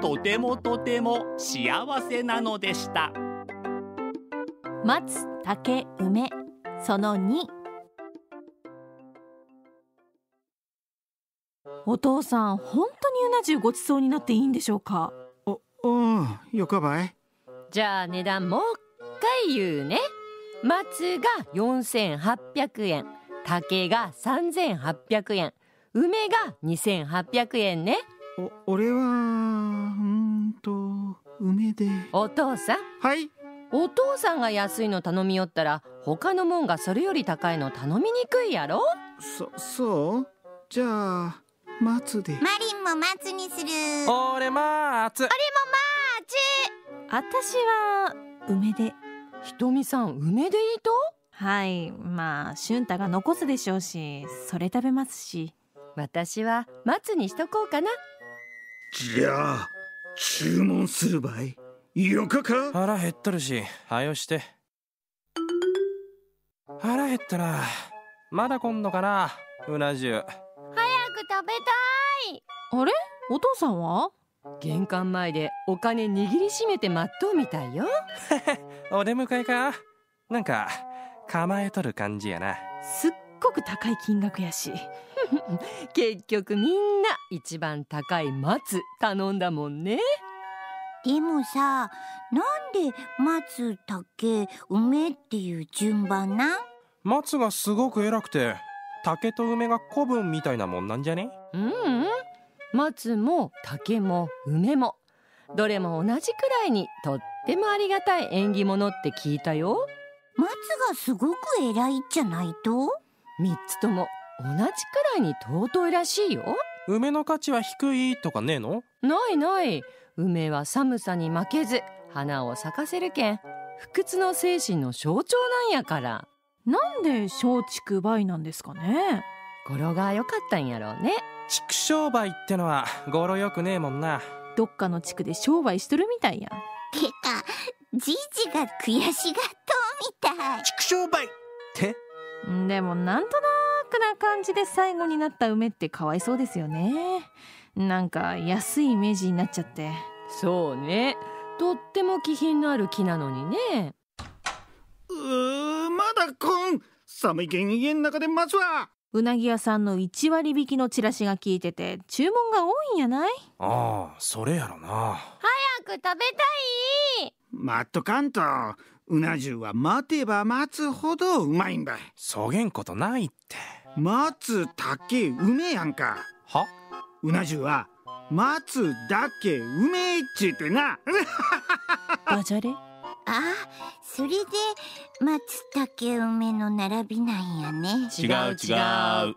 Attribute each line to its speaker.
Speaker 1: とてもとても幸せなのでした
Speaker 2: 松竹梅その2お父さん本当にうな重ごちそうになっていいんでしょうか
Speaker 3: お、うん、よかばい。
Speaker 4: じゃあ値段もう一回言うね松が4800円竹が3800円梅が2800円ね
Speaker 3: お、俺は、うーんと、梅で。
Speaker 4: お父さん
Speaker 3: はい、
Speaker 4: お父さんが安いの頼みよったら他のもんがそれより高いの頼みにくいやろ
Speaker 3: そ、そうじゃあ、松で。
Speaker 5: マリンも松にする
Speaker 6: 俺まーつ
Speaker 2: 私は梅で
Speaker 4: ひとみさん梅でいいと
Speaker 2: はいまあ俊太が残すでしょうしそれ食べますし
Speaker 4: 私は松にしとこうかな
Speaker 3: じゃあ、注文するばい。よかか
Speaker 6: 腹減っとるしはよして腹減ったなまだ今度かなうな重
Speaker 5: 早く食べた
Speaker 2: あれお父さんは
Speaker 4: 玄関前でお金握りしめて待っとうみたいよ
Speaker 6: お出迎えかなんか構えとる感じやな
Speaker 2: すっごく高い金額やし
Speaker 4: 結局みんな一番高い松頼んだもんね
Speaker 5: でもさなんで松竹梅っていう順番なん
Speaker 6: 松がすごく偉くて竹と梅が古文みたいなもんなんじゃね
Speaker 4: うんうん松も竹も梅もどれも同じくらいにとってもありがたい縁起物って聞いたよ
Speaker 5: 松がすごく偉いじゃないと
Speaker 4: 3つとも同じくらいに尊いらしいよ
Speaker 6: 梅の価値は低いとかねえの
Speaker 4: ないない梅は寒さに負けず花を咲かせるけん不屈の精神の象徴なんやから
Speaker 2: なんで松竹梅なんですかね
Speaker 4: 語呂が良かったんやろうね
Speaker 6: 畜生梅ってのは語呂よくねえもんな
Speaker 2: どっかの地区で商売しとるみたいや
Speaker 5: てかじいじが悔しがっとうみたい
Speaker 3: 畜生ばい。
Speaker 6: て
Speaker 2: んでもなんとなくな感じで最後になった梅ってかわいそうですよねなんか安いイメージになっちゃって
Speaker 4: そうねとっても気品のある木なのにね
Speaker 3: うー、まだこん。寒いけん家の中で松は。
Speaker 2: うなぎ屋さんの1割引きのチラシが効いてて注文が多いんやない
Speaker 6: ああそれやろな
Speaker 5: 早く食べたい
Speaker 3: 待っとかんと。うな重は待てば待つほどうまいんばい。
Speaker 6: そげんことないって
Speaker 3: 松、竹、梅やんか。
Speaker 6: は
Speaker 3: うな重は、松だけ梅っちってな。
Speaker 2: ダジャレ
Speaker 5: あそれで松竹梅の並びなんやね
Speaker 4: 違う違う